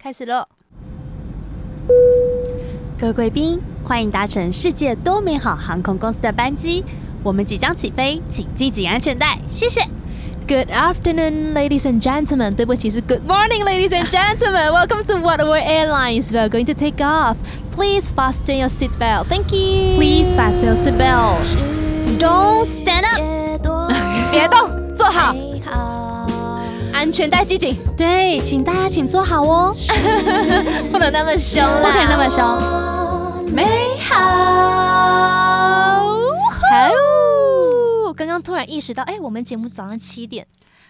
开始喽！各位贵宾，欢迎搭乘世界多美好航空公司的班机，我们即将起飞，请系紧安全带，谢谢。 Good afternoon, ladies and gentlemen. 对不起，是 Good morning, ladies and gentlemen. Welcome to What World Airlines. We are going to take off. Please fasten your seat belt. Thank you. Please fasten your seat belt. Don't stand up. 别动，坐好，好，安全带系紧，对，请大家请坐好哦，不能那么凶啦，不可以那么凶。美好。好，刚刚突然意识到，哎，我们节目早上七点，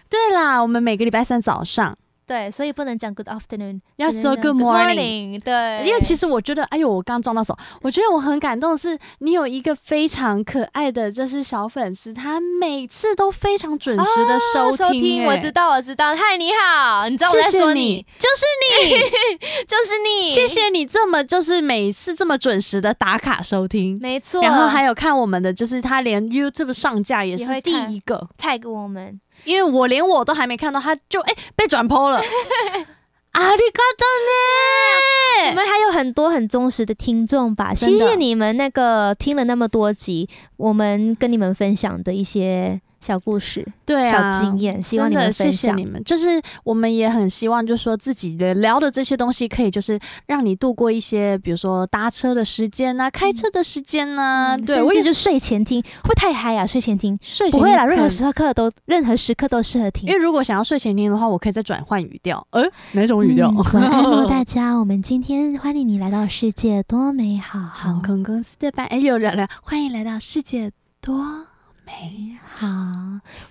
对啦，我们每个礼拜三早上，对，所以不能讲 Good afternoon，要只能说讲 Good morning morning，对，因为其实实我觉得，哎呦，我刚撞到手，我觉得我很感动的是，你有一个非常可爱的，就是小粉丝，他每次都非常准时的收听、啊收听，哎我知道，我知道，嗨，你好，你知道我在谢谢说你你， 就是你，就是你，谢，谢你这么就是每次这么准时的打卡收听，没错，然后还有看我们的，就是他连 YouTube 上架也也是会第看一个， tag 我们，因为我连我都还没看到，他就哎、被转播 了。阿里嘎多 我呢，们还有很多很忠实的听众吧，真谢的谢你们那个听了那么多集，我们跟你们分享的一些小故事、对啊，小经验，希望真你的们谢分谢享你。们，就是我们也很希望，就说自己的聊的这些东西，可以就是让你度过一些，比如说搭车的时间呐、开车的时间呐、嗯对，嗯甚我至也就就睡前听，会不会太嗨啊？睡前听睡前不会啦，听任可何能时刻都任何时刻都适合听因为。如果想要睡前听的话，我可以再转换语调，呃，哪种语调？嗯晚安喽，大家！我们今天欢迎你来到世界多美好，航空公司的班，哎，又聊聊，欢迎来到世界多美，好，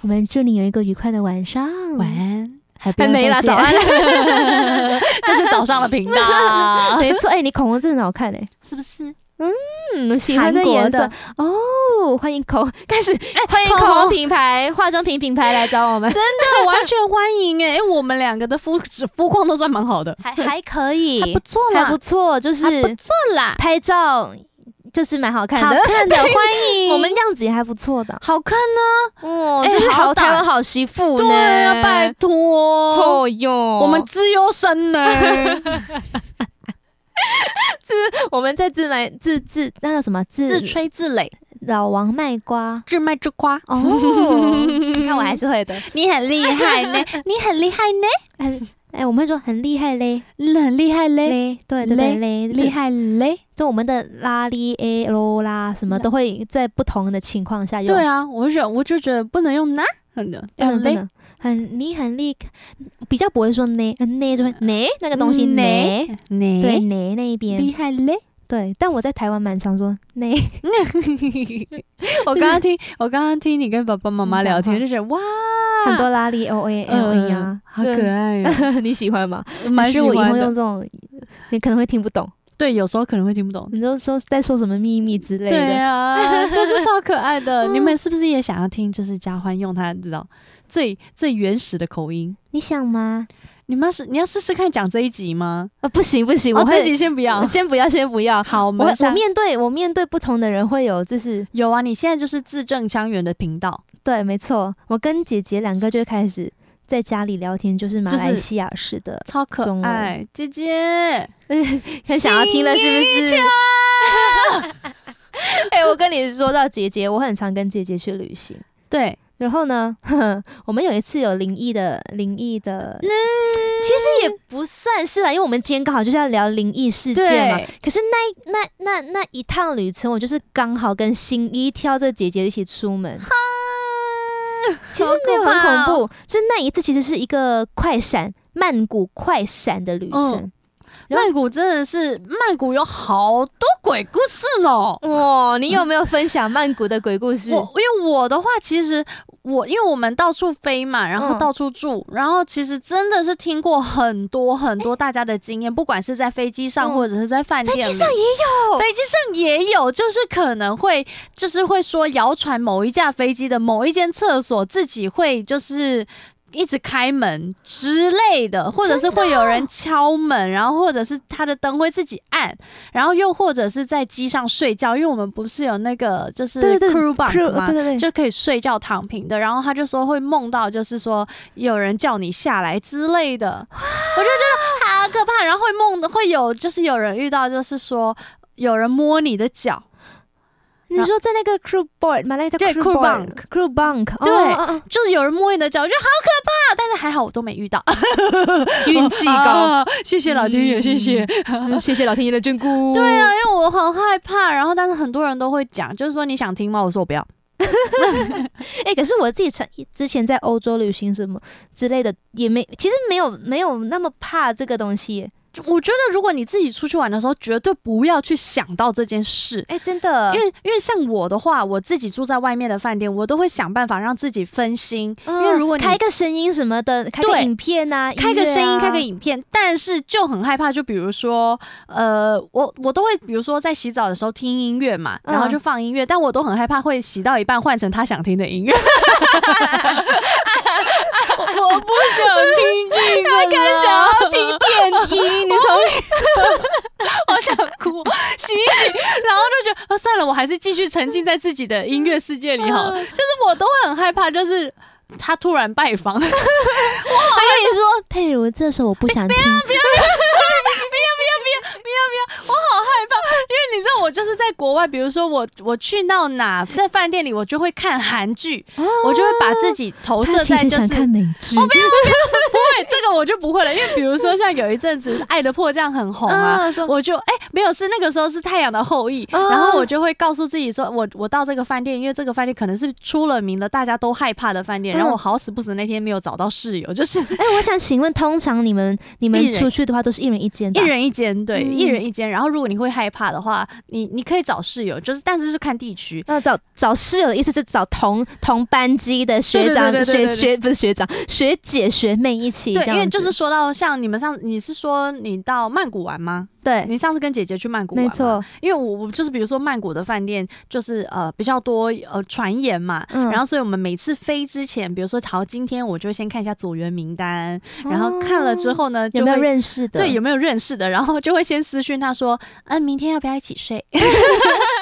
我们祝你有一个愉快的晚上。晚安，还不还用没再啦，见早安，啦。 这是早上的频 道， 没错，哎、你口红真的很好看哎、是不是？嗯，喜韩欢这国颜色的，哦，欢迎口 开始，欢迎口口红红品牌、化妆品品牌来找我们，那完全欢迎哎，哎，我们两个的肤质肤况都算蛮好 的，还还可以不，错啦，还不错，就还不是错啦，拍照就是蛮好看好的，看 的欢迎我们样子也还不错的，好看呢，哦哎这是好好歹台湾好媳妇呢，对啊，拜托，哦哟， 我们资优生呢，我们在自买自自那叫什么 自自吹自擂，老王卖瓜自卖自夸，哦， 你看 我还是会的，你很厉害呢，你很厉害呢，哎，我们会说很厉害嘞你很厉害嘞。嘞，对对嘞对嘞，厉害嘞！就我们的拉力 A 咯啦，什么都会在不同的情况下用。对啊，我就觉得我就觉得不能用那，不能不嘞能，很你很厉害，比较不会说呢呃呢就会呢那个东西呢，呢，对呢那一边厉害嘞！对，但我在台湾蛮常说呢， 我刚刚听，我刚刚听你跟爸爸妈妈聊天，嗯就觉得哇，很多拉力 O A 嗯 L A 呀，好可爱呀，爱， 你喜欢吗？蛮喜是我以欢后的。用这种，你可能会听不懂，对，有时候可能会听不懂。你就说在说什么秘密之类对的。啊，可是超可爱的。你们是不是也想要听？就是嘉欢用他你知道最最原始的口音。你想吗？你们要试，你要试试看讲这一集吗？啊，不行不行，哦我这会集先不要。先不要先不要，好，我我们会我下面对我面对不同的人会有就是有啊。你现在就是字正腔圆的频道。对，没错，我跟姐姐两个就开始在家里聊天，就是马就是来西亚式的，超可中文爱，姐姐，很想要听了，是不 是？哎、我跟你说到姐姐，我很常跟姐姐去旅行。对，然后呢， 呵呵我们有一次有灵异的灵异的，嗯其实也不算是啦，因为我们今天刚好就是要聊灵异事件嘛对。可是那一那那那一趟旅程，我就是刚好跟新一挑着姐姐一起出门，其实没有很恐怖，就那一次其实是一个快闪曼谷快闪的旅程。曼谷真的是曼谷有好多鬼故事哦。嗯哇、你有没有分享曼谷的鬼故事我因为我的话，其实我因为我们到处飞嘛，然后嗯到处住，然后其实真的是听过很多很多大家的经验，不管是在飞机上嗯或者是在饭店里，飞机上也有飞机上也有，就是可能会就是会说，谣传某一架飞机的某一间厕所自己会就是。一直开门之类的，或者是会有哦人敲门，然后或者是它的灯会自己暗，然后又或者是在机上睡觉，因为我们不是有那个就是对对 crew bunk 吗？对对对，就可以睡觉躺平的。然后他就说会梦到，就是说有人叫你下来之类的，我就觉得好可怕。然然后会梦会有就是有人遇到，就是说有人摸你的脚，你说在那个 crew board 吗？那个叫对 crew crew bunk bunk，crew bunk，对哦哦哦就是有人摸你的脚，我觉得好可怕，但是还好我都没遇到， 运气高，啊谢谢老天爷，谢谢。嗯谢谢老天爷的眷顾。对啊，因为我很害怕，然后但是很多人都会讲，就是说你想听吗？我说我不要。哎、可是我自己曾之前在欧洲旅行什么之类的，也没其实没有没有那么怕这个东西耶。就我觉得如果你自己出去玩的时候，绝对不要去想到这件事。哎、真的，因为因为像我的话，我自己住在外面的饭店，我都会想办法让自己分心，嗯因为如果你开个声音什么的，开个对影片啊，开音乐个声音，啊开 个影片，但是就很害怕。就比如说，呃，我我都会，比如说在洗澡的时候听音乐嘛，嗯然后就放音乐，但我都很害怕会洗到一半换成他想听的音乐。 我不想听这 个，啊更想 要听电音，你 从好想哭，洗一 洗，然后就觉得、啊、算了，我还是继续沉浸在自己的音乐世界里好嗯了。就是我都会很害怕，就是他突然拜访， 不要不要我跟你说，佩如这首我不想听，不要不要不要，我好害怕，因为你知道我就是在国外，比如说我我去到哪，在饭店里我就会看韩剧，我就会把自己投哦他射其在实就想是看美剧，不会这个我就不会了，因为比如说像有一阵子《爱的迫降》很红啊，嗯说我就哎、没有是那个时候是《太阳的后裔》哦然后我就会告诉自己说，我我到这个饭店，因为这个饭店可能是出了名的大家都害怕的饭店，嗯然后我好死不死那天没有找到室友，就是 哎、我想请问，通常你们你一们人出去的话都是一人一间一吧，人一间，对，嗯一人一间。然后如果你会害怕的话，你你可以找室友，就是但是是看地区。那找找室友的意思是找同同班机的学长、对对对对对对学学不是学长、学姐、学妹一起这对，样因子，为就是说到像你们上，你是说你到曼谷玩吗？对，你上次跟姐姐去曼谷玩没吗错，因为我我就是比如说曼谷的饭店就是呃比较多呃传言嘛，嗯然后所以我们每次飞之前，比如说好今天我就会先看一下组员名单，然后看了之哦后呢，就有没有会认识的？对有没有认识的，然后就会先私讯他说，嗯，明天要不要一起睡？ 因为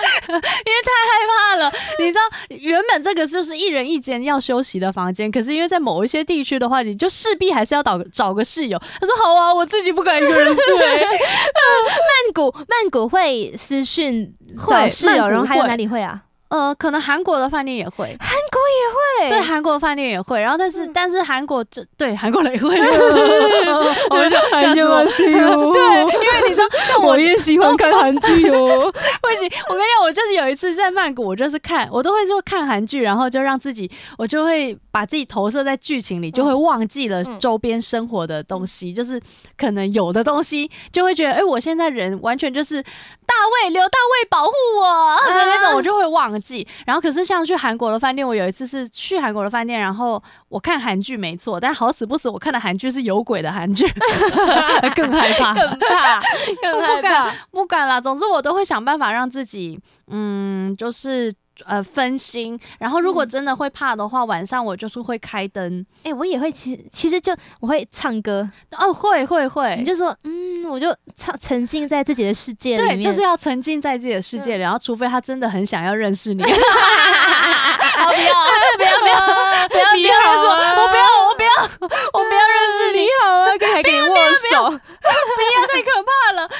太害怕了，你知道，原本这个就是一人一间要休息的房间，可是因为在某一些地区的话，你就势必还是要找个找个室友。他说好啊，我自己不敢一个人睡。曼谷曼谷会私讯 会找室友，曼谷然后还有会哪里会啊？呃，可能韩国的饭店也会，韩国对嗯也会，韩国饭店也会，然后但是、但是韩国这对韩国人也 会，我我想想吓死我。对，对，因为你知道，像我也喜欢看韩剧哦。不行，我跟你讲，我就是有一次在曼谷，我就是看，我都会说看韩剧，然后就让自己，我就会把自己投射在剧情里，就会忘记了嗯周边生活的东西，就是可能有的东西，就会觉得，哎、我现在人完全就是大卫，刘大卫保护我嗯的那种，我就会忘记。然后可是像去韩国的饭店，我有一次是去韩国的饭店，然后我看韩剧没错，但好死不死，我看的韩剧是有鬼的韩剧， 更害怕， 更怕， 更害不敢怕。不敢啦，总之我都会想办法让自己，嗯，就是呃分心。然后如果嗯真的会怕的话，晚上我就是会开灯。哎、我也会，其实其实就我会唱歌，哦，会会你会，就说，嗯，我就唱沉浸在自己的世界里面，对，就是要沉浸在自己的世界里。然后，除非他真的很想要认 识你，哦好不要，不要，不要，不要你不要好说啊我不要，我不要，我不要认识你，好啊，跟还跟你握手。 不要太可怕了。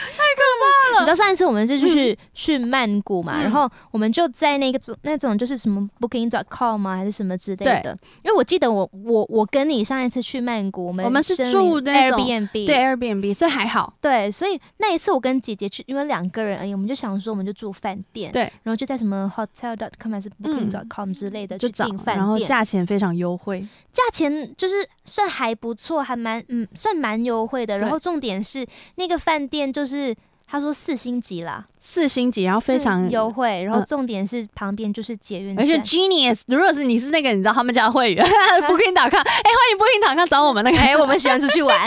你知道上一次我们就去、去曼谷嘛，嗯然后我们就在那个种那种就是什么 Booking.com 吗，啊还是什么之类的？因为我记得我我我跟你上一次去曼谷，我们我们是申领住那种 Airbnb，对 Airbnb，所以还好。对，所以那一次我跟姐姐去，因为两个人哎而已，我们就想说我们就住饭店，对嗯然后就在什么 Hotel.com 还是 Booking.com 之类的、就呃去找订，饭然后店，价钱非常优惠，价钱就是算还不错，还蛮嗯算蛮优惠的。对然后重点是那个饭店就是他说四星级啦，四星级，然后非是常优惠。然后嗯重点是旁边就是捷运而且站。 Genius，如果是你是那个你知道他们家的会员 ，Booking 打卡，哎、欢迎 Booking 打卡找我们那个。哎，我们喜欢出去 玩，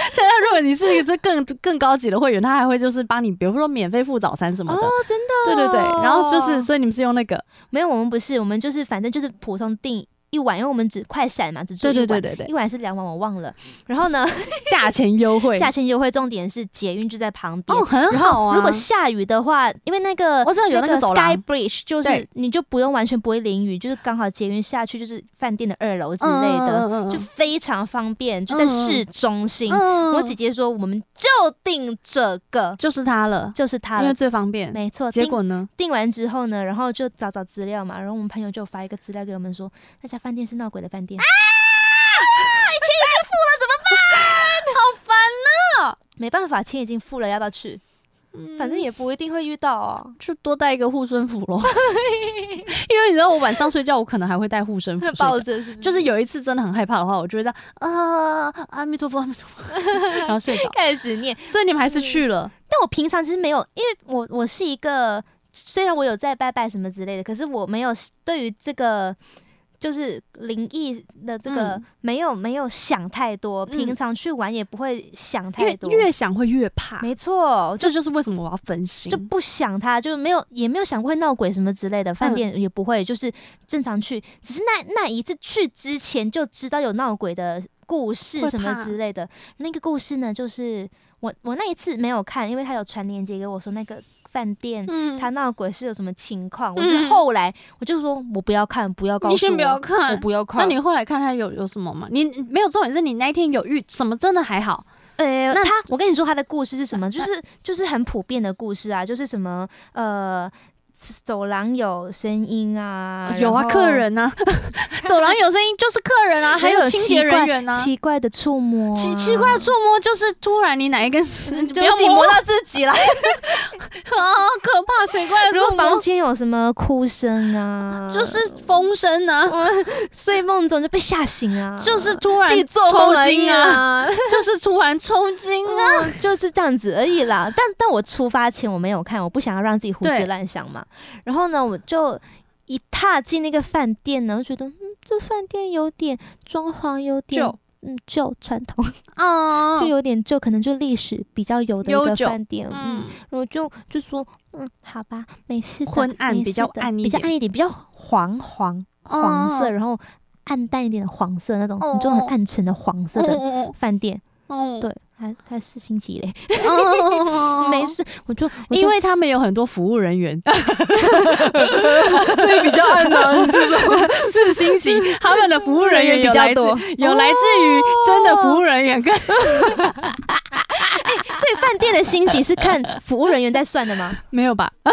现在如果你是一个这更更高级的会员，他还会就是帮你，比如说免费付早餐什么的。哦真的。对对对，然后就是所以你们是用那个没有，我们不是，我们就是反正就是普通订一晚，因为我们只快闪嘛，只住一对晚，对对对对，一晚是两晚，我忘了。然后呢，价钱优惠，价钱优惠，重点是捷运就在旁边。哦很好啊。如果下雨的话，因为那个我知道有那个个走廊 Sky Bridge，就是对你就不用完全不会淋雨，就是刚好捷运下去就是饭店的二楼之嗯类的，嗯嗯嗯就非常方便，就在市中心。嗯我姐姐说，我们就定这个，就是它了，就是它因为了。最方便。没错，结定果呢？定完之后呢，然后就找找资料嘛，然后我们朋友就发一个资料给我们说，那家饭店是闹鬼的饭啊店。没办法，钱已经付了，要不要去？反正也不一定会遇到哦。就多带一个护身符 咯，因为你知道我晚上睡觉，我可能还会带护身符睡觉抱。着嗯是不是？嗯就是有一次真的很害怕的话，我就会这样啊，阿弥陀佛，阿弥陀佛，然后睡着。开始念。所以你们还是去了，但我平常其实没有，因为我我是一个虽然我有在拜拜什么之类的，可是我没有对于这个就是灵异的这个、嗯没有没有想太多，嗯平常去玩也不会想因太为多。越想会越怕，没错，就这就是为什么我要分心。就不想它，就没有也没有想过会闹鬼什么之类的，嗯饭店也不会，就是正常去。只是那那一次去之前就知道有闹鬼的故事会什么怕之类的。那个故事呢，就是我我那一次没有看，因为他有传链接给我说那个饭店。嗯他闹鬼是有什么情况？嗯我是后来我就说我不要看，不要告诉我，你先不要我看。不要嗯那看。你后来看他有有什么吗？你没有重点是你那一天有遇什么，真的还好。呃，那他我跟你说他的故事是什么？就是就是很普遍的故事啊，就是什么呃，走廊有声音啊，有啊，然后客人啊，走廊有声音就是客人啊，还有清洁人员啊。奇怪的触摸啊，奇奇怪的触摸就是突然你哪一根，就不要自 己摸摸到自己啦。啊，好可怕！奇怪的如果触房摸间有什么哭声啊，就是风声啊，睡梦中就被吓醒啊，就是突然自己做抽梦而已筋啊，啊，就是突然抽筋啊。嗯就是这样子而已啦。但但我出发前我没有看，我不想要让自己胡思对乱想嘛。然后呢，我就一踏进那个饭店呢，我觉得嗯，这饭店有点装潢有点旧嗯旧传统，嗯，就有点旧，可能就历史比较有的一悠个久饭店，嗯嗯，我就就说，嗯，好吧，没事的，昏暗没比事较的暗一比较点暗一点，比较黄黄黄色，然后暗淡一点的黄色那种，你这种很哦暗沉的黄色的哦饭店，哦，对，还还四星级嘞， 哦没事，我就我因就为他们有很多服务人员，所以比较暗呢。你是说四星级他们的服务人员有来自人员，有来自于真的服务人员跟所以饭店的星级是看服务人员在算的吗？没有吧？哦，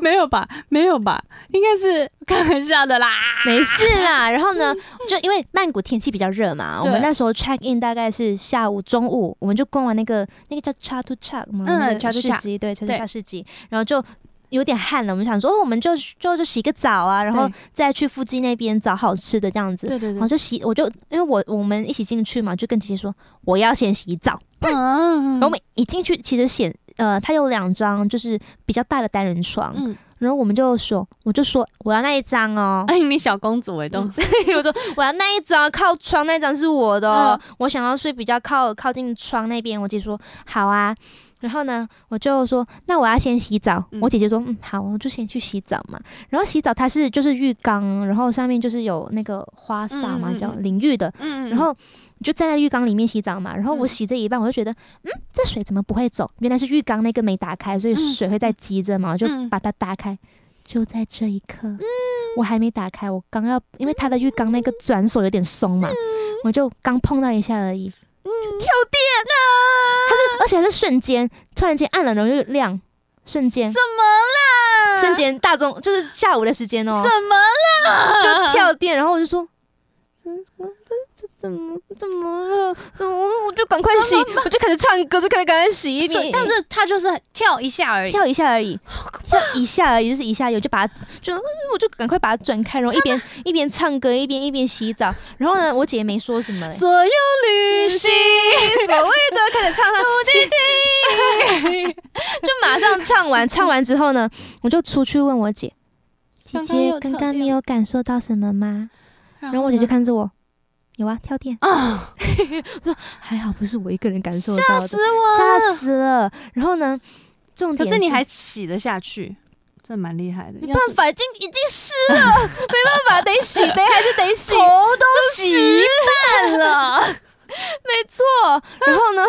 没有吧？没有吧？应该是开玩笑的啦。没事 啦。然后呢，就因为曼谷天气比较热嘛，我对们那时候 check in 大概是下午中午，我们就逛完那个那个叫 c h a t u c h a k 嘛，嗯那个 Chatu 市 Chak 集，对 c h a t 对 u c h a k 市集，然后就。有点汗了，我们想说，哦，我们就就就洗个澡啊，然后对再去附近那边找好吃的这样子。对对然后，就洗，我就因为我我们一起进去嘛，就跟姐姐说我要先洗澡。嗯然后我们一进去，其实显呃，它有两张就是比较大的单人床，嗯，然后我们就说，我就说我要那一张哦，哎，你小公主哎，都我说我要那一张靠窗那张是我的、哦，嗯我想要睡比较靠靠近窗那边。我姐说好啊，然后呢，我就说那我要先洗澡。嗯我姐姐说嗯好，我就先去洗澡嘛。然后洗澡它是就是浴缸，然后上面就是有那个花洒嘛，嗯嗯嗯叫淋浴的，嗯然后。就站在浴缸里面洗澡嘛，然后我嗯洗这一半，我就觉得，嗯，这水怎么不会走？原来是浴缸那个没打开，所以嗯水会在积着嘛，我就嗯把它打开。就在这一刻，我还没打开，我刚要，因为它的浴缸那个转锁有点松嘛，我就刚碰到一下而已，跳电啊，它是而且还是瞬间，突然间按了，然后就亮，瞬间，怎么啦？瞬间大中就是下午的时间哦，怎么啦？就跳电，然后我就说。嗯，嗯这这怎么怎么了？怎么我我就赶快洗，我就开始唱歌，就开始赶快洗一就，米，但是他就是跳一下而已。跳一下而已，跳一下而已，就是一下油就把它就嗯我就赶快把它转开，然后一边一边唱歌，一边一边洗澡。然后呢，我姐也没嗯 说什么嘞，所有旅所行谓的开始唱啊 她，洗就马上唱 完，唱完之后呢，我就出去问我姐，姐刚刚姐有，刚跳刚你电有感受到什么吗？然然后我姐就看着我，有啊，跳电。啊， 还好不是我一个人感受到的，死我了！吓死了。然后呢，重可点是你还洗得下去？这蛮厉害的，没要是办法，已经已经湿了，没办法，得洗，得还是得 洗头。都洗洗烂 了，没错，然后呢，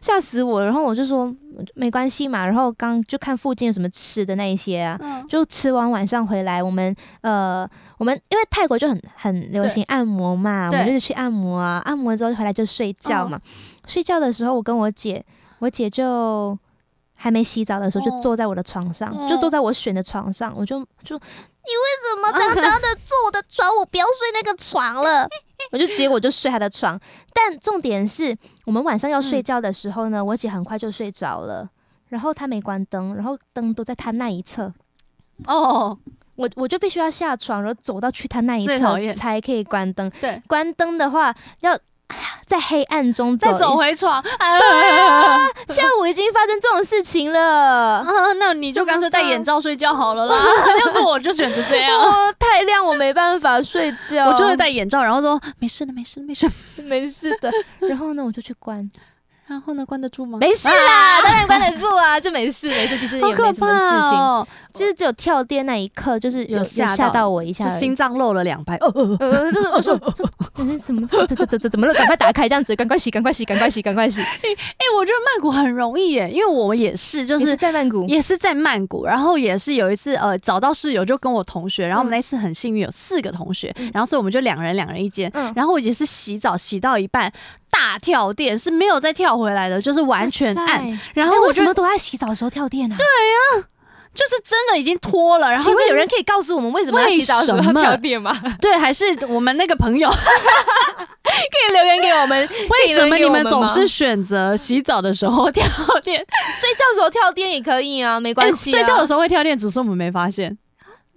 吓死我！然后我就说没关系嘛，然后刚就看附近有什么吃的那一些啊，嗯就吃完晚上回来，我们呃，我们因为泰国就很很流行按摩嘛，我对们就是去按摩啊，按摩之后回来就睡觉嘛。睡觉的时候，我跟我姐，我姐就还没洗澡的时候，就哦坐在我的床上，嗯就坐在我选的床上，我就就你为什么脏脏的坐我的床？我不要睡那个床了。我就结果就睡她的床，但重点是我们晚上要嗯睡觉的时候呢，我姐很快就睡着了，然后她没关灯，然后灯都在她那一侧。哦，我我就必须要下床，然后走到去他那一最讨厌侧才可以关灯。对，关灯的话，要哎呀在黑暗中走。再走回床，啊 下午已经发生这种事情了，啊，那你就干脆戴眼罩睡觉好了啦。 啊要是我就选择这样，哦，太亮我没办法睡觉，我就会戴眼罩，然后说没事的，没事的，没事的。没事 的。然后呢，我就去关，然后呢，关得住吗？没事啦，当然关得住啊，就没事，没事，其实好也可没什么事怕情，哦！就是只有跳电那一刻，就是有有吓到吓到我一下就而已，心 脏漏了两拍，哦，哦哦呃，就是我 说，这这怎么怎怎怎怎怎么了？赶快打开，这样子，赶快洗，赶快洗，赶快洗，赶快洗。哎，我觉得曼谷很容易耶，因为我也是，就就是是在曼谷，也是在曼谷，然后也是有一次，呃，找到室友就跟我同学，然后我们嗯那次很幸运有四个同学，然后所以我们就两人两人一间，嗯然后我也是洗澡洗到一半大跳电，是没有再跳回来的，就是完全暗，。然后那我哎为什就么都在洗澡的时候跳电啊？对，就是真的已经脱了，然后请问有人可以告诉我们为什么要洗澡的时候要跳电吗？可对，还是我们那个朋 友，以留言给我们，为什么你们总可以留言给我是吗选择洗澡的时候跳 电？哎睡觉的时候跳电也可以啊，没关系啊。睡觉的时候会跳电，只是我们没发现。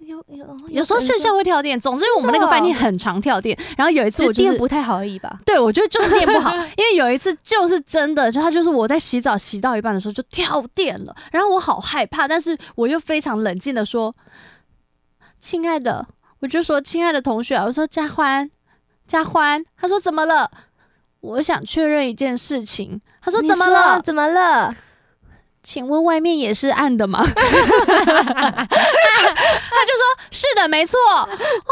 有有有时候睡觉会跳电，总之我们那真的个哦饭店很常跳电。然后有一次只我就是电不太好而已吧。对，我觉得就是练不 好，因为有一次就是真的，就他就是我在洗澡洗到一半的时候就跳电了，然后我好害怕，但是我又非常冷静的说：“亲爱的，我就说亲爱的同学啊，我说佳欢，佳欢。”他说怎么了？我想确认一件事情。他说你啊怎么了？怎么了？请问外面也是暗的吗？ 他就说是的，没错。哦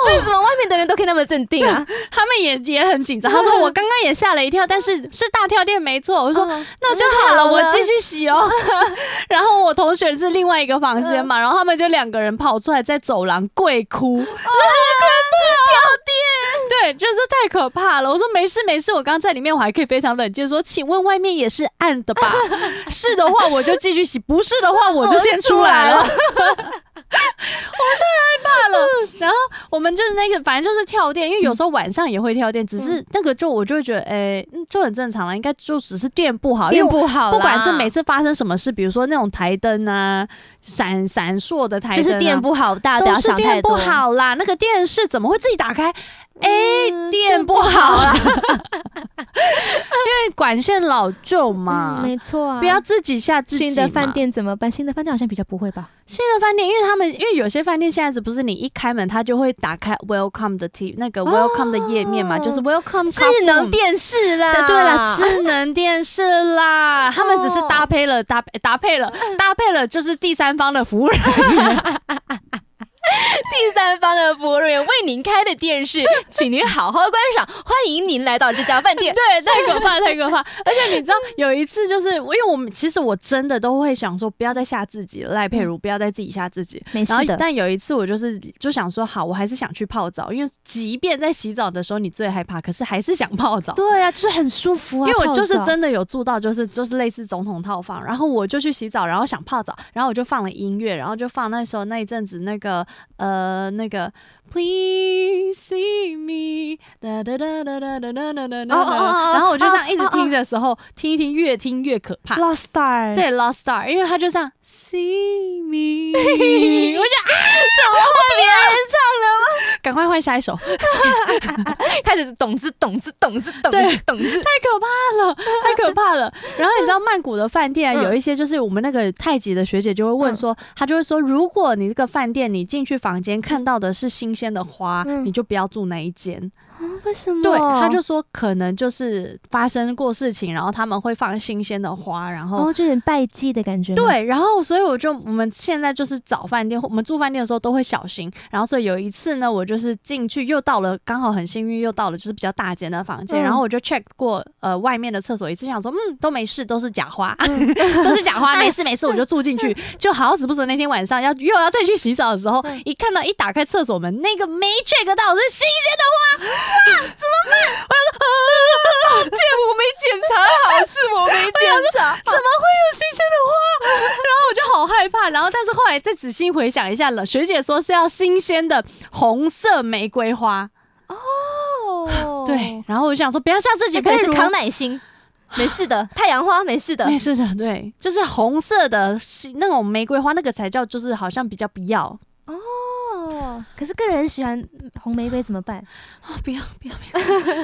为什么外面的人都可以那么镇定啊？ 他们也也很紧张。他 说我刚刚也吓了一跳，但 是是大跳电没错。我我说说哦那就好了，好我了继续洗 哦。然后我同学是另外一个房间嘛，然后他们就两个人跑出来在走廊跪哭，好可哦怕，对，就是太可怕了。我说没事没事，我刚刚在里面我还可以非常冷静地说，请问外面也是暗的 吧？是的话我就继续洗，不是的话我就先哦出来了。我我太害怕了。然后我们就是那个，反正就是跳电，因为有时候晚上也会跳电，只嗯是那个就我就会觉得，哎、嗯就很正常了，应该就只是电不啊好，因为电我不好啦，啊不管是每次发生什么事，比如说那种台灯啊，闪闪烁的台灯、啊，就是电不好，大家不都要是想太电不多。好啦。那个电视怎么会自己打开？嗯，电不好啦，因 为管线老旧嘛嗯，没错啊。不要自己吓自己。新的饭，店怎么办？新的饭店好像比较不会吧？新的饭店，因为他们因为有些饭店现在子不是你一开门，它就会打开 Welcome 的 T 那个 Welcome 的页面嘛，哦就是 Welcome 智能 Kahoot 电视啦对对了，智能电视啦，他们只是搭配了搭搭配 了搭配了，就是第三方的服务人。第三方的服务人员为您开的电视，请您好好观赏，欢迎您来到这家饭 店。对，太可怕，太可怕！而且你知道，有一次就是因为我们其实我真的都会想说，不要再吓自己了，赖佩如，不要再自己吓自己。没然后事，嗯的，但有一次我就是就想说，好，我还是想去泡澡，因为即便在洗澡的时候你最害怕，可是还是想泡澡。对啊，就是很舒服因啊，为我就是泡澡真的有住到，就是就是类似总统套房，然后我就去洗澡，然后想泡澡，然后我就放了音乐，然后就放那时候那一阵子那个呃那个 Please see me 哒哒哒哒哒哒哒哒哒哦哦哦哦哒，然后我就这样一直哦哦听的时候，听一听越听越可怕。 Lost Star，对，，Lost Star，因为他就这样 See me，我就啊别人唱 赶快换下一首，太了，开始懂字懂字懂字懂对字懂字，可怕了，太可怕 了。然后你知道曼谷的饭店啊嗯有一些，就是我们那个太极的学姐就会问说，她就会说，如果你这个饭店你进去房间看到的是新鲜的花，嗯你就不要住那一间。嗯为什么？对，他就说可能就是发生过事情，然后他们会放新鲜的花，然后哦，就有点拜祭的感觉。，对，然后所以我就我们现在就是找饭店，我们住饭店的时候都会小心。然后所以有一次呢，我就是进去又到了，刚好很幸运又到了就是比较大间的房间，嗯然后我就 check 过呃外面的厕所一次，想说嗯都没事，都是假花，都是假花，没事没事，我就住进去。就好死不死那天晚上要又要再去洗澡的时候，一看到一打开厕所门，那个没 check 到是新鲜的抱歉，我没检查好，是我没检查 好。新鲜的花，然后我就好害怕。然后，但是后来再仔细回想一下了，学姐说是要新鲜的红色玫瑰花，哦，对。，然后我就想说，不要吓自己，这可能不是如康乃馨，没事 的，太阳花没事的。没事的，对，就是红色的那种玫瑰花，那个才叫就是好像比较不要，哦哦，可是个人喜欢红玫瑰怎么办？哦不要不要 不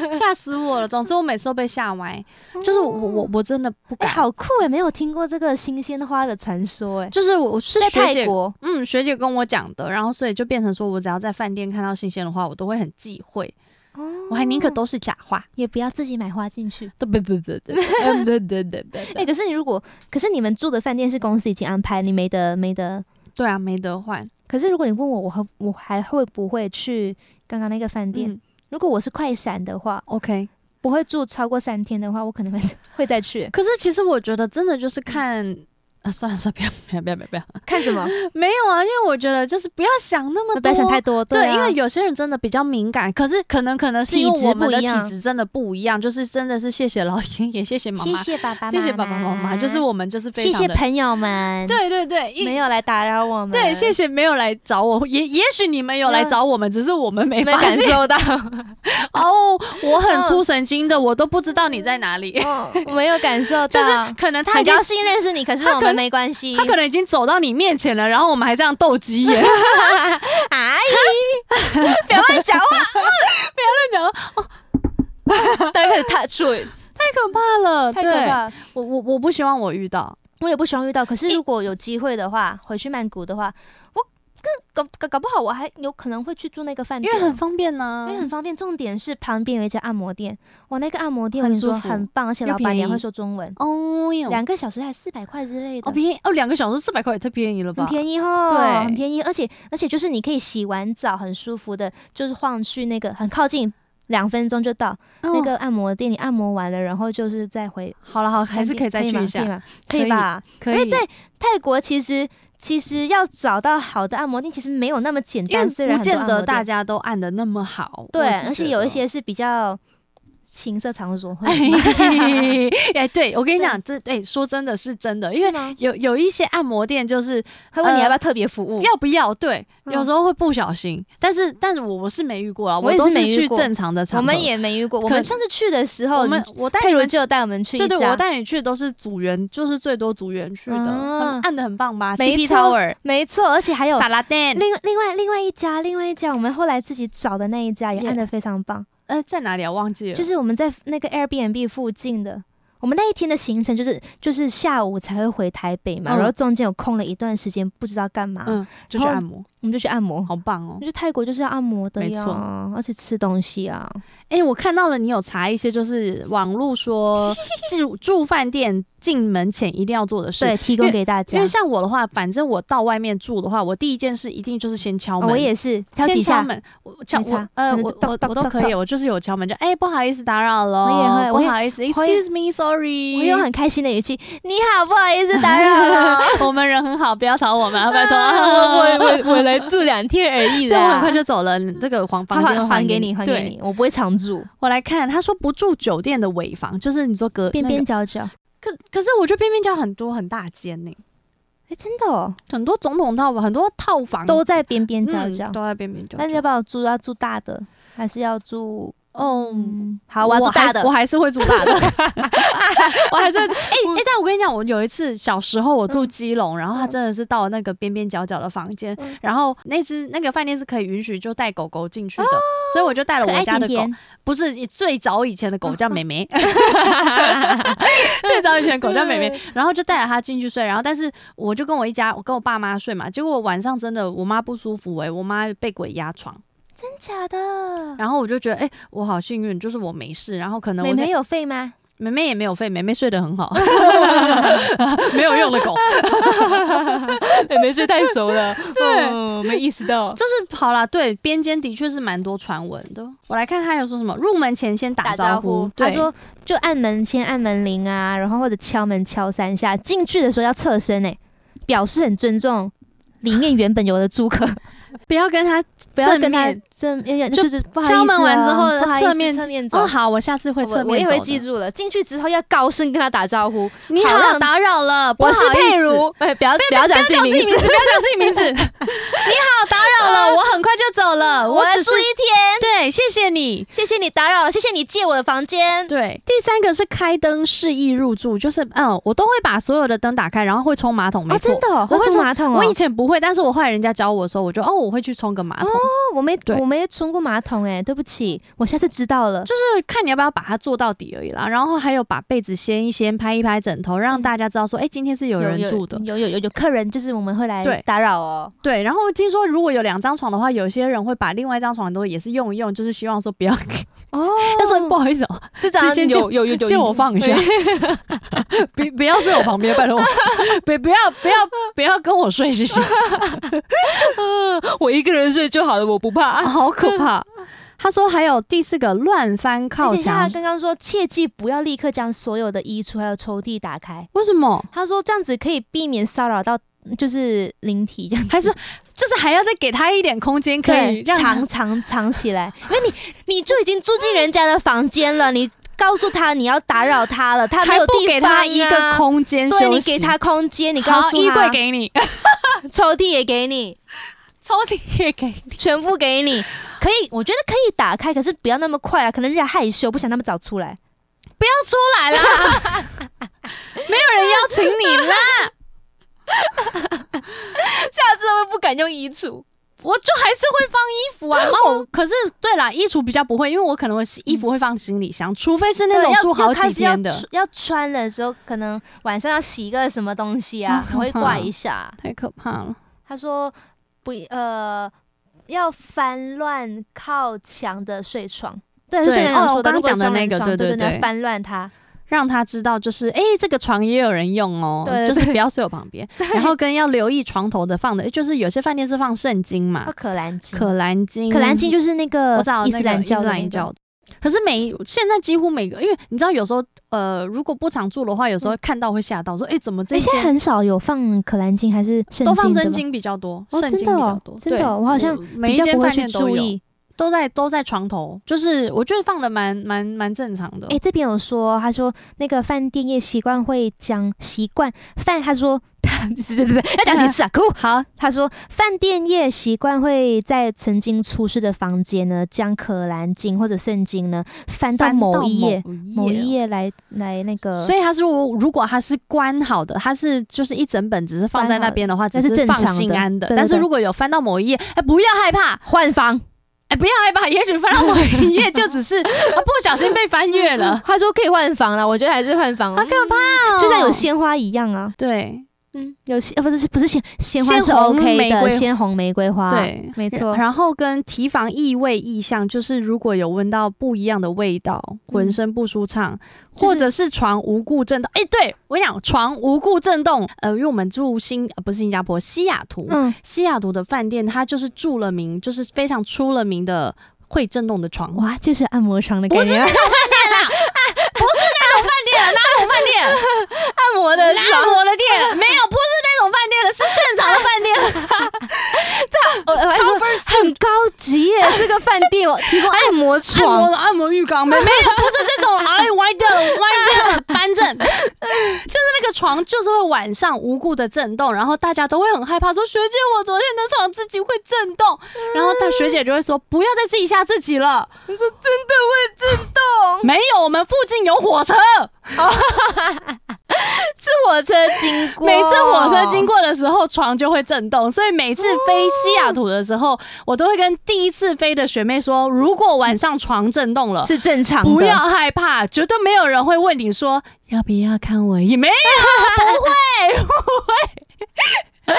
要，吓死我了。总之我每次都被吓歪，哦就是我我我真的不哎、敢。好酷哎，没有听过这个新鲜花的传说哎，就是我我是在学姐泰国嗯，学姐跟我讲的，然后所以就变成说我只要在饭店看到新鲜的花，我都会很忌讳，哦我还宁可都是假花。也不要自己买花进去。对对对对对嗯对对对哎、对，可是你如果，可是你们住的饭店是公司已经安排，你没得没得。对啊，没得换。可是如果你问我，我还我还会不会去刚刚那个饭店？嗯如果我是快闪的话， ，OK。不会住超过三天的话，我可能会 会 再去可是其实我觉得真的就是看啊，算了算了，不要不要不要不要不要，看什么， 没有啊，因为我觉得就是不要想那么多，不要想太多。对，啊因为有些人真的比较敏感，可是可能可能是因体质为我们不的一样体质真的不一样，就是真的是谢谢老天爷，谢谢妈妈，谢爸爸谢谢爸爸妈妈，就是我们就是非谢常谢的，朋友们，，对对对，因没有来打扰我们，嗯对，谢谢没有来找我，也也许你们有来找我们，只是我们没 没发感现受到， 哦，我很嗯出神经的，我都不知道你在哪里。 嗯没有感受到，就是可能他已嗯很经高兴认识你，可是他我可们没关系，他 可能已经走到你面前了，然后我们还这样斗鸡眼，阿哎 姨，不要乱讲话，讲得对，开始 touch，太可怕了，太 可对。怕了。我我我不希望我遇到，我也不希望遇到，可是如果有机会的话，回去曼谷的话，我跟搞搞搞不好我还有可能会去住那个饭因店，为很方便呢、因为很方便。重点是旁边有一家按摩店，哇，那个按摩店我很跟你说舒服很棒，而且又老板娘便宜会说中文，哦哟，两个小时才四百块之类的哦，便宜哦，两个小时四百块也太便宜了吧？很便宜哦，对很便宜，而且而且就是你可以洗完澡很舒服的，就是晃去那个很靠近，两分钟就到、哦那个按摩店，你按摩完了，然后就是再回，好了好，还是可以再去吗一下，可以吗可以吧？可因以为在泰国其实其实要找到好的按摩店，其实没有那么简因为单，虽不然很多见按摩得店大家都按的那么好，对我是，而且觉有一得些是比较情色场所会。 哎， 哎对我跟你讲，这哎说真的是真的，因是为吗？有有一些按摩店就是他问你呃要不要特别服务？要不要？对，嗯有时候会不小心，但是但是我我是没遇过啊，我也都是是没遇去过正常的场合。我们也没遇过。我呃可们上次去的时候，我们我带佩你如们，就有带我们去一对对，家我带你去的都是组员，就是最多组员去的，啊很按的很棒吧没？CP 错 Tower、没错，而且还有萨拉丹，另另外另外一家，另外一家，我们后来自己找的那一家也 Yeah 按的非常棒呃，在哪里啊？忘记了，就是我们在那个 Airbnb 附近的。我们那一天的行程就是就是下午才会回台北嘛，嗯然后中间有空了一段时间，不知道干嘛，嗯，就去然后嗯按摩，我们就去按摩。好棒哦！就泰国就是要按摩的没呀错，而且吃东西啊，哎，我看到了，你有查一些就是网络 说住住饭店进门前一定要做的事。对，提供给大因家为。像我的话，反正我到外面住的话，我第一件事一定就是先敲哦门。我也是，敲先几敲下，门，我敲没我差呃可能我就我咚我咚都咚可以，我就是有敲门就哎、不好意思打扰了，我也会我也不好意思我也，excuse me，sorry，我用很开心的语气，你好，不好意思打扰了，哎啊我们人很好，不要吵我 们啊，拜托，我我我我来住两天而已对，我很啦快。就走了，这个黄还房间还给你，还给。对你，我不会常住，我来看，他说不住酒店的尾房，就是你说隔边那边个角角。可可是我觉得边边角很多很大间呢、哎，真的哦，很多总统套房，很多套房都在边边角嗯角。都在边边角角。那你要不要住？要住大的，还是要住？哦嗯，好，我要住大的我。还是会住 大的，我还是会住。哎、哎、但我嗯跟你讲，我有一次小时候我住基隆，然后他真的是到了那个边边角角的房间，嗯然后那只那个饭店是可以允许就带狗狗进去的，所以我就带了可我爱家甜的狗，甜，不是最早以前的狗叫美 美，最早以前的狗叫美美，然后就带着它进去睡，然后但是我欸就跟我一家我跟我爸妈睡嘛，结果晚上真的我妈不舒服哎、我妈被鬼压床。真假的？然后我就觉得，哎、我好幸运，就是我没事。然后可能我妹在妹有肺吗？妹妹也没有肺，妹妹睡得 很好，没有用的 狗。妹妹睡太熟了，对哦，没意识到。就是好啦，对，边间的确是蛮多传闻的。我来看他有说什么，入门前先打招呼，他对，说就按门先按门铃啊，然后或者敲门敲三下。进去的时候要侧身哎、表示很尊重里面原本有的租客， 不要跟他不要跟他正面正面就就是不好意思、啊、敲门完之后不好意思侧面侧面走。哦，好，我下次会我侧我面也走的。会记住了。进去之后要高声跟他打招呼。你好好，让打扰了，不我是好意思佩如，哎、不要不要讲自自己己名名字， 字，不要讲自己名字。 你好，打扰 了，我很快就走了，呃我只是住一天，对，谢谢你。谢谢你打扰了，谢谢你借我的房间。对，第三个是开灯示意入住，就是嗯，我都会把所有的灯打开，然后会冲马桶，没哦，错。真的、哦，我会会冲冲马桶哦。我以前不会，但是我后来人家教我的时候，我就哦，我会去冲个马桶，哦我没对我没冲过马桶哎、对不起，我下次知道了。就是看你要不要把它做到底而已啦。然后还有把被子掀一掀，拍一拍枕头，让大家知道说，哎、今天是有人住的。有有有有客人，就是我们会来对打扰哦。对，然后听说如果有两张床的话，有些人会把另外一张床都也是用一用，就是希望说不要。 哦，但是不好意思哦，这之前就有有有有，借我放一下， 不不要睡我旁边，拜托， 别不要不要不要跟我睡，谢谢。我一个人睡就好了，我不怕。好可怕。 他说还有第四个乱翻那靠等一下，墙他，刚刚说切记不要立刻将所有的衣橱还有抽屉打开。为什么？他说这样子可以避免骚扰到嗯就是灵体这样子。还是就是还要再给他一点空间，可以 对，让他藏藏藏起来，因为你你就已经住进人家的房间了，你告诉他你要打扰他了，他没还有不地给方、啊、他一个，空间休息，对你给他空间，你告好诉他衣柜给你， 抽屉也给你，抽屉也给你，全部给你，可以，我觉得可以打开，可是不要那么快啊，可能人家害羞，不想那么早出来。不要出来啦， 没有人邀请你啦，下次会不敢用衣橱，我就还是会放衣服啊。然 后我可是对啦，衣橱比较不会，因为我可能会衣服会放行李箱，除非是那种对要住好要开几始要天的，出要穿的时候，可能晚上要洗一个什么东西啊， 好可我会怕挂一下。太可怕了。他说不呃要翻乱靠墙的睡床。对，对睡前哦说我的，刚刚如果讲的双人那个床对对啊对你要对翻乱它。让他知道，就是哎、诶这个床也有人用哦，对就是不要睡我旁边，然后跟要留意床头的放的，诶就是有些饭店是放圣经嘛哦，，可兰经，可兰经，可兰经就是那个我找伊斯兰教的那个教的。可是每现在几乎每个，因为你知道有时候呃，如果不常住的话，有时候看到会吓到，说哎、诶怎么这哎，现在间很少有放可兰经还是圣经都放的真吗，经比较多，哦圣经比真的哦较多，真的对哦我好像每比一较间不会饭去店都注有，意。都在都在床头，就是我觉得放的蛮蛮蛮正常的。哎，这边有说，他说那个饭店业习惯会将习惯饭，他 说。是不是要讲几次 啊？可恶！好，他说，饭店业习惯会在曾经出事的房间呢，将可兰经或者圣经呢翻到翻某一页，哦某某啊一页来来那个，所以它是如如果它是关好的，它是就是一整本只是放在那边的话，关只好的那是放正常的心安对对但是对如果有翻到某一页，哎、不要害怕，换房。哎、不要害怕，也许翻到某一页就只是、啊、不小心被翻阅了，他说可以换房了，我觉得还是换房，啊好可怕、哦就像有鲜花一样啊。对嗯，有鲜呃不是不是鲜鲜花鲜是红 OK 玫的，瑰鲜红玫瑰花。，对。没错。然后跟提防异味异象，就是如果有闻到不一样的味道，浑身不舒畅，就是或者是床无故震动。哎、对我跟你讲床无故震动，呃，因为我们住新、呃、不是新加坡西雅图，嗯，西雅图的饭店，它就是著了名，就是非常出了名的会震动的床饭哇，就是啊按摩床的感觉，店、按按摩的摩的 店，没有，不是那种饭店的，是正常的饭店。我我还说很高级耶，这个饭店哦提供按摩哎按床摩，按摩浴缸没没 有，不是这种，哎，歪的歪 的，翻正，就是那个床就是会晚上无故的震动，然后大家都会很害怕，说学姐，我昨天的床自己会震动，然后大学姐就会说不要再自己吓自己了，动 没有，我们附近有火车。是火车经过，每次火车经过的时候，床就会震动，所以每次飞西雅图的时候，我都会跟第一次飞的学妹说，如果晚上床震动了。是 正常的，不要害怕，绝对没有人会问你说要不要看我一眼，没有，不会，不会，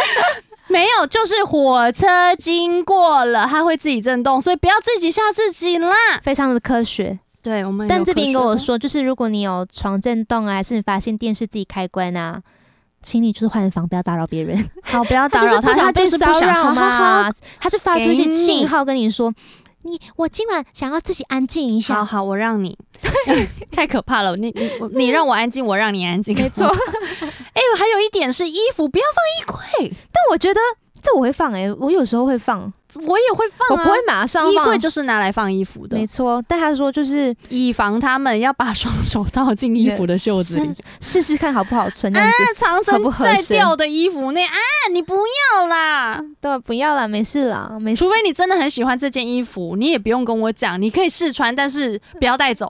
每 没有，就是火车经过了，它会自己震动，所以不要自己吓自己啦。非常的科嗯学。对，我们但这边边跟我说，就是如果你有床震动啊，还是你发现电视自己开关啊，请你就是换房，不要打扰别 人。 好，不要打就是扰不他，想他被就是不骚想扰好好嘛，他是发出一些给你信号跟你说，你我今晚想要自己安静一好好下。好，我让你， 太可怕了！你你我你让我安静，我让你安静，没错。 哎、还有一点是衣服不要放衣但我觉得这我会放诶、我有时候会放，柜，我也会放、我啊，不会马上放。衣柜就是拿来放衣服的没，错，但他说就是以防他们要把双手套进衣服的袖子里。试试看好不好穿这样子。那藏合不身合在身掉的衣服内啊，你不要啦！对，不要啦，没事啦，没事除。非你真的很喜欢这件衣服，你也不用跟我讲，你可以试穿，但是不要带 走。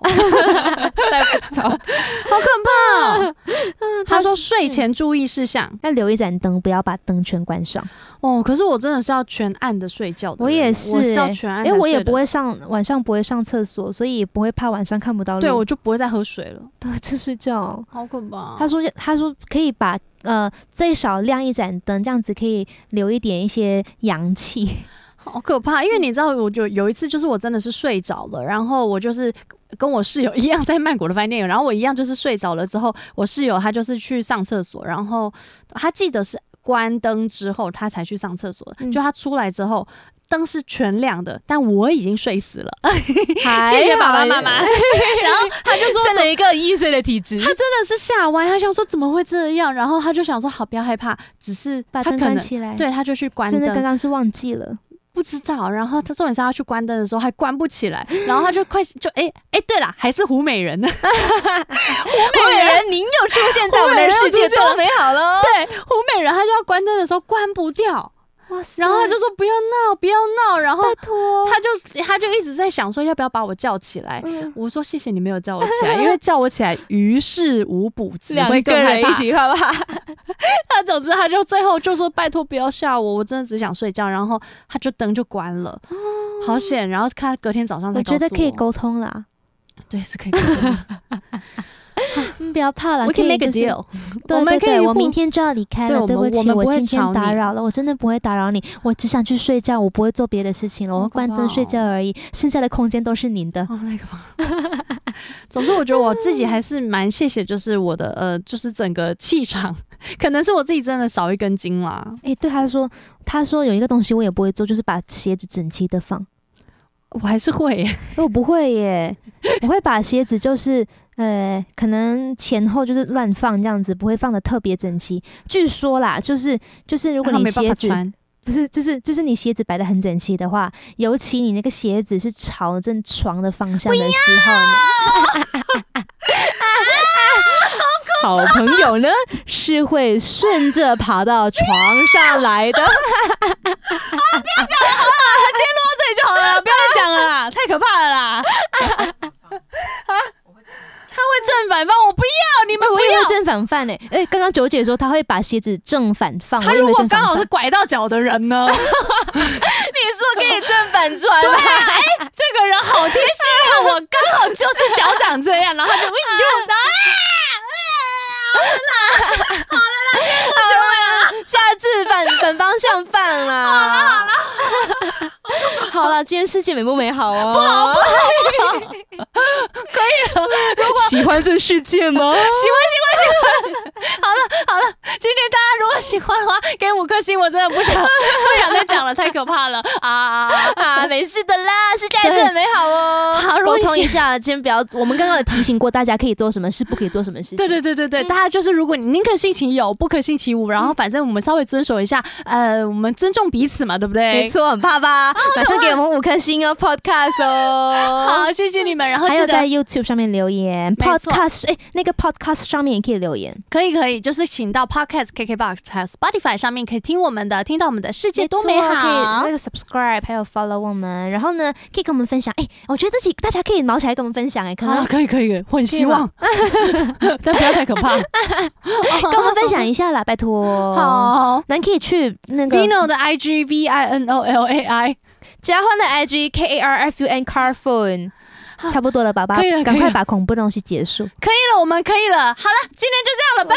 带不走。好可怕、哦！ 他他说是睡前注意事项要留一盏灯，不要把灯全关上。哦，可是我真的是要全暗的睡觉的人，我也是我是要欸全暗因的睡为的，我也不会上晚上不会上厕所，所以也不会怕晚上看不到路。对我就哦不会再喝水了，都会去睡觉。好可怕他说他说可以把呃最少亮一盏灯，这样子可以留一点一些阳气。好可怕，因为你知道，我就有一次就是我真的是睡着了，然后我就是。跟我室友一样在曼谷的饭店，然后我一样就是睡着了之后，我室友他就是去上厕所，然后他记得是关灯之后他才去上厕所的，嗯就他出来之后灯是全亮的，但我已经睡死了，谢哎谢谢爸爸妈 妈。 然后他就说生了一个易碎的体质，他真的是吓歪，他想说怎么会这样，然后他就想说好，不要害怕，只是把他可灯能关起来。，对，他就去关真的刚灯，刚是忘记了。不知道。然后他重点是他去关灯的时候还关不起来， 然后他就快就哎哎、对了，还是胡美人哦呢？我美人，您又出现在我们的世界，多美好喽！对，胡美人，他就要关灯的时候关不掉，哇塞然后他就说不要闹，不要闹，然后拜托。他就他就一直在想说要不要把我叫起来。嗯我说谢谢你没有叫我起来，因为叫我起来于事无补，只两会更个害人怕一。起，好不好？ 他总之他就最后就说拜托不要吓我，我真的只想睡觉。然后他就灯就关了，好险。然后看他隔天早上才哦我告诉觉得可以我，沟通啦，对，是可以沟 通的。嗯，不要怕啦。 We 可 can 以 make a 就是 deal。对我们对可对，以我互明天就要离开对了，我对不们起，我们不我会今天吵打你扰了，我真的不会打扰你，我只想去睡觉，我不会做别的事情了，我好要可关怕灯哦睡觉而已，剩下的空间都是您的。哦，那个吧。 总之，我觉得我自己还是蛮谢谢，就是我的呃，就是整个气场， 可能是我自己真的少一根筋啦。诶，对他说，他说有一个东西我也不会做，就是把鞋子整齐的放，我还是会耶，诶我不会耶，我会把鞋子就是。呃，可能前后就是乱放这样子，不会放的特别整齐。据说啦，就是就是，如如果没你办鞋法子穿，不是，就是就是你鞋子摆的很整齐的话，尤其你那个鞋子是朝正床的方向的时候呢，好朋友呢是会顺着爬到床上来的。对就好了啦，不要再讲了啦，太可怕了啦。啊，他会正反方，我不要，你们哎，不我以要为。正反放呢、哎、刚刚九姐说她会把鞋子正反放，他我以如为果正刚反好是放。拐到脚的人呢？ 你说可以正反啊穿吗？ 这个人好贴心啊！我刚好就是脚长这样，然后他就你就下次反反方向放啦。好了，今天世界美不美好哦？不好，不好，可以了。喜欢这世界吗？今天大家如果喜欢的话，给五颗星，我真的不想 不想再讲了，太可怕了啊！啊，没事的啦，世界还是很美好哦。好沟通一下，先不要。我们刚刚有提醒过大家可以做什么事，不可以做什么事情。对对对对对，大家就是如果你宁可信其有，不可信其无，然后反正我们稍微遵守一下，呃，我们尊重彼此嘛，对不对？没。错，很怕吧？马上给我们五颗星哦，Podcast 哦。好，谢谢你们，然后还记有得在 YouTube 上面留言没错，Podcast 哎、那个 Podcast 上面也可以留言。可以可以，就是请到 Podcast、KKBox 还有 Spotify 上面可以听我们的，听到我们的世界多美没错可以好那。个 subscribe 还有 follow 我们，然后呢可以跟我们分享。哎、我觉得自己大家可以毛起来跟我们分享、哎，可能啊，可以可以，可以我很希望， 但不要太可怕。 跟我们分享一下啦，拜托。，哦好那你可以去那个，Vino 的 IG V I N O L A I，嘉欢的 IG K A R F U N Car Phone， 差不多了吧，把可以了可以了赶快把恐怖的东西结束。可以了，我们可以了。好了，今天就这样了，拜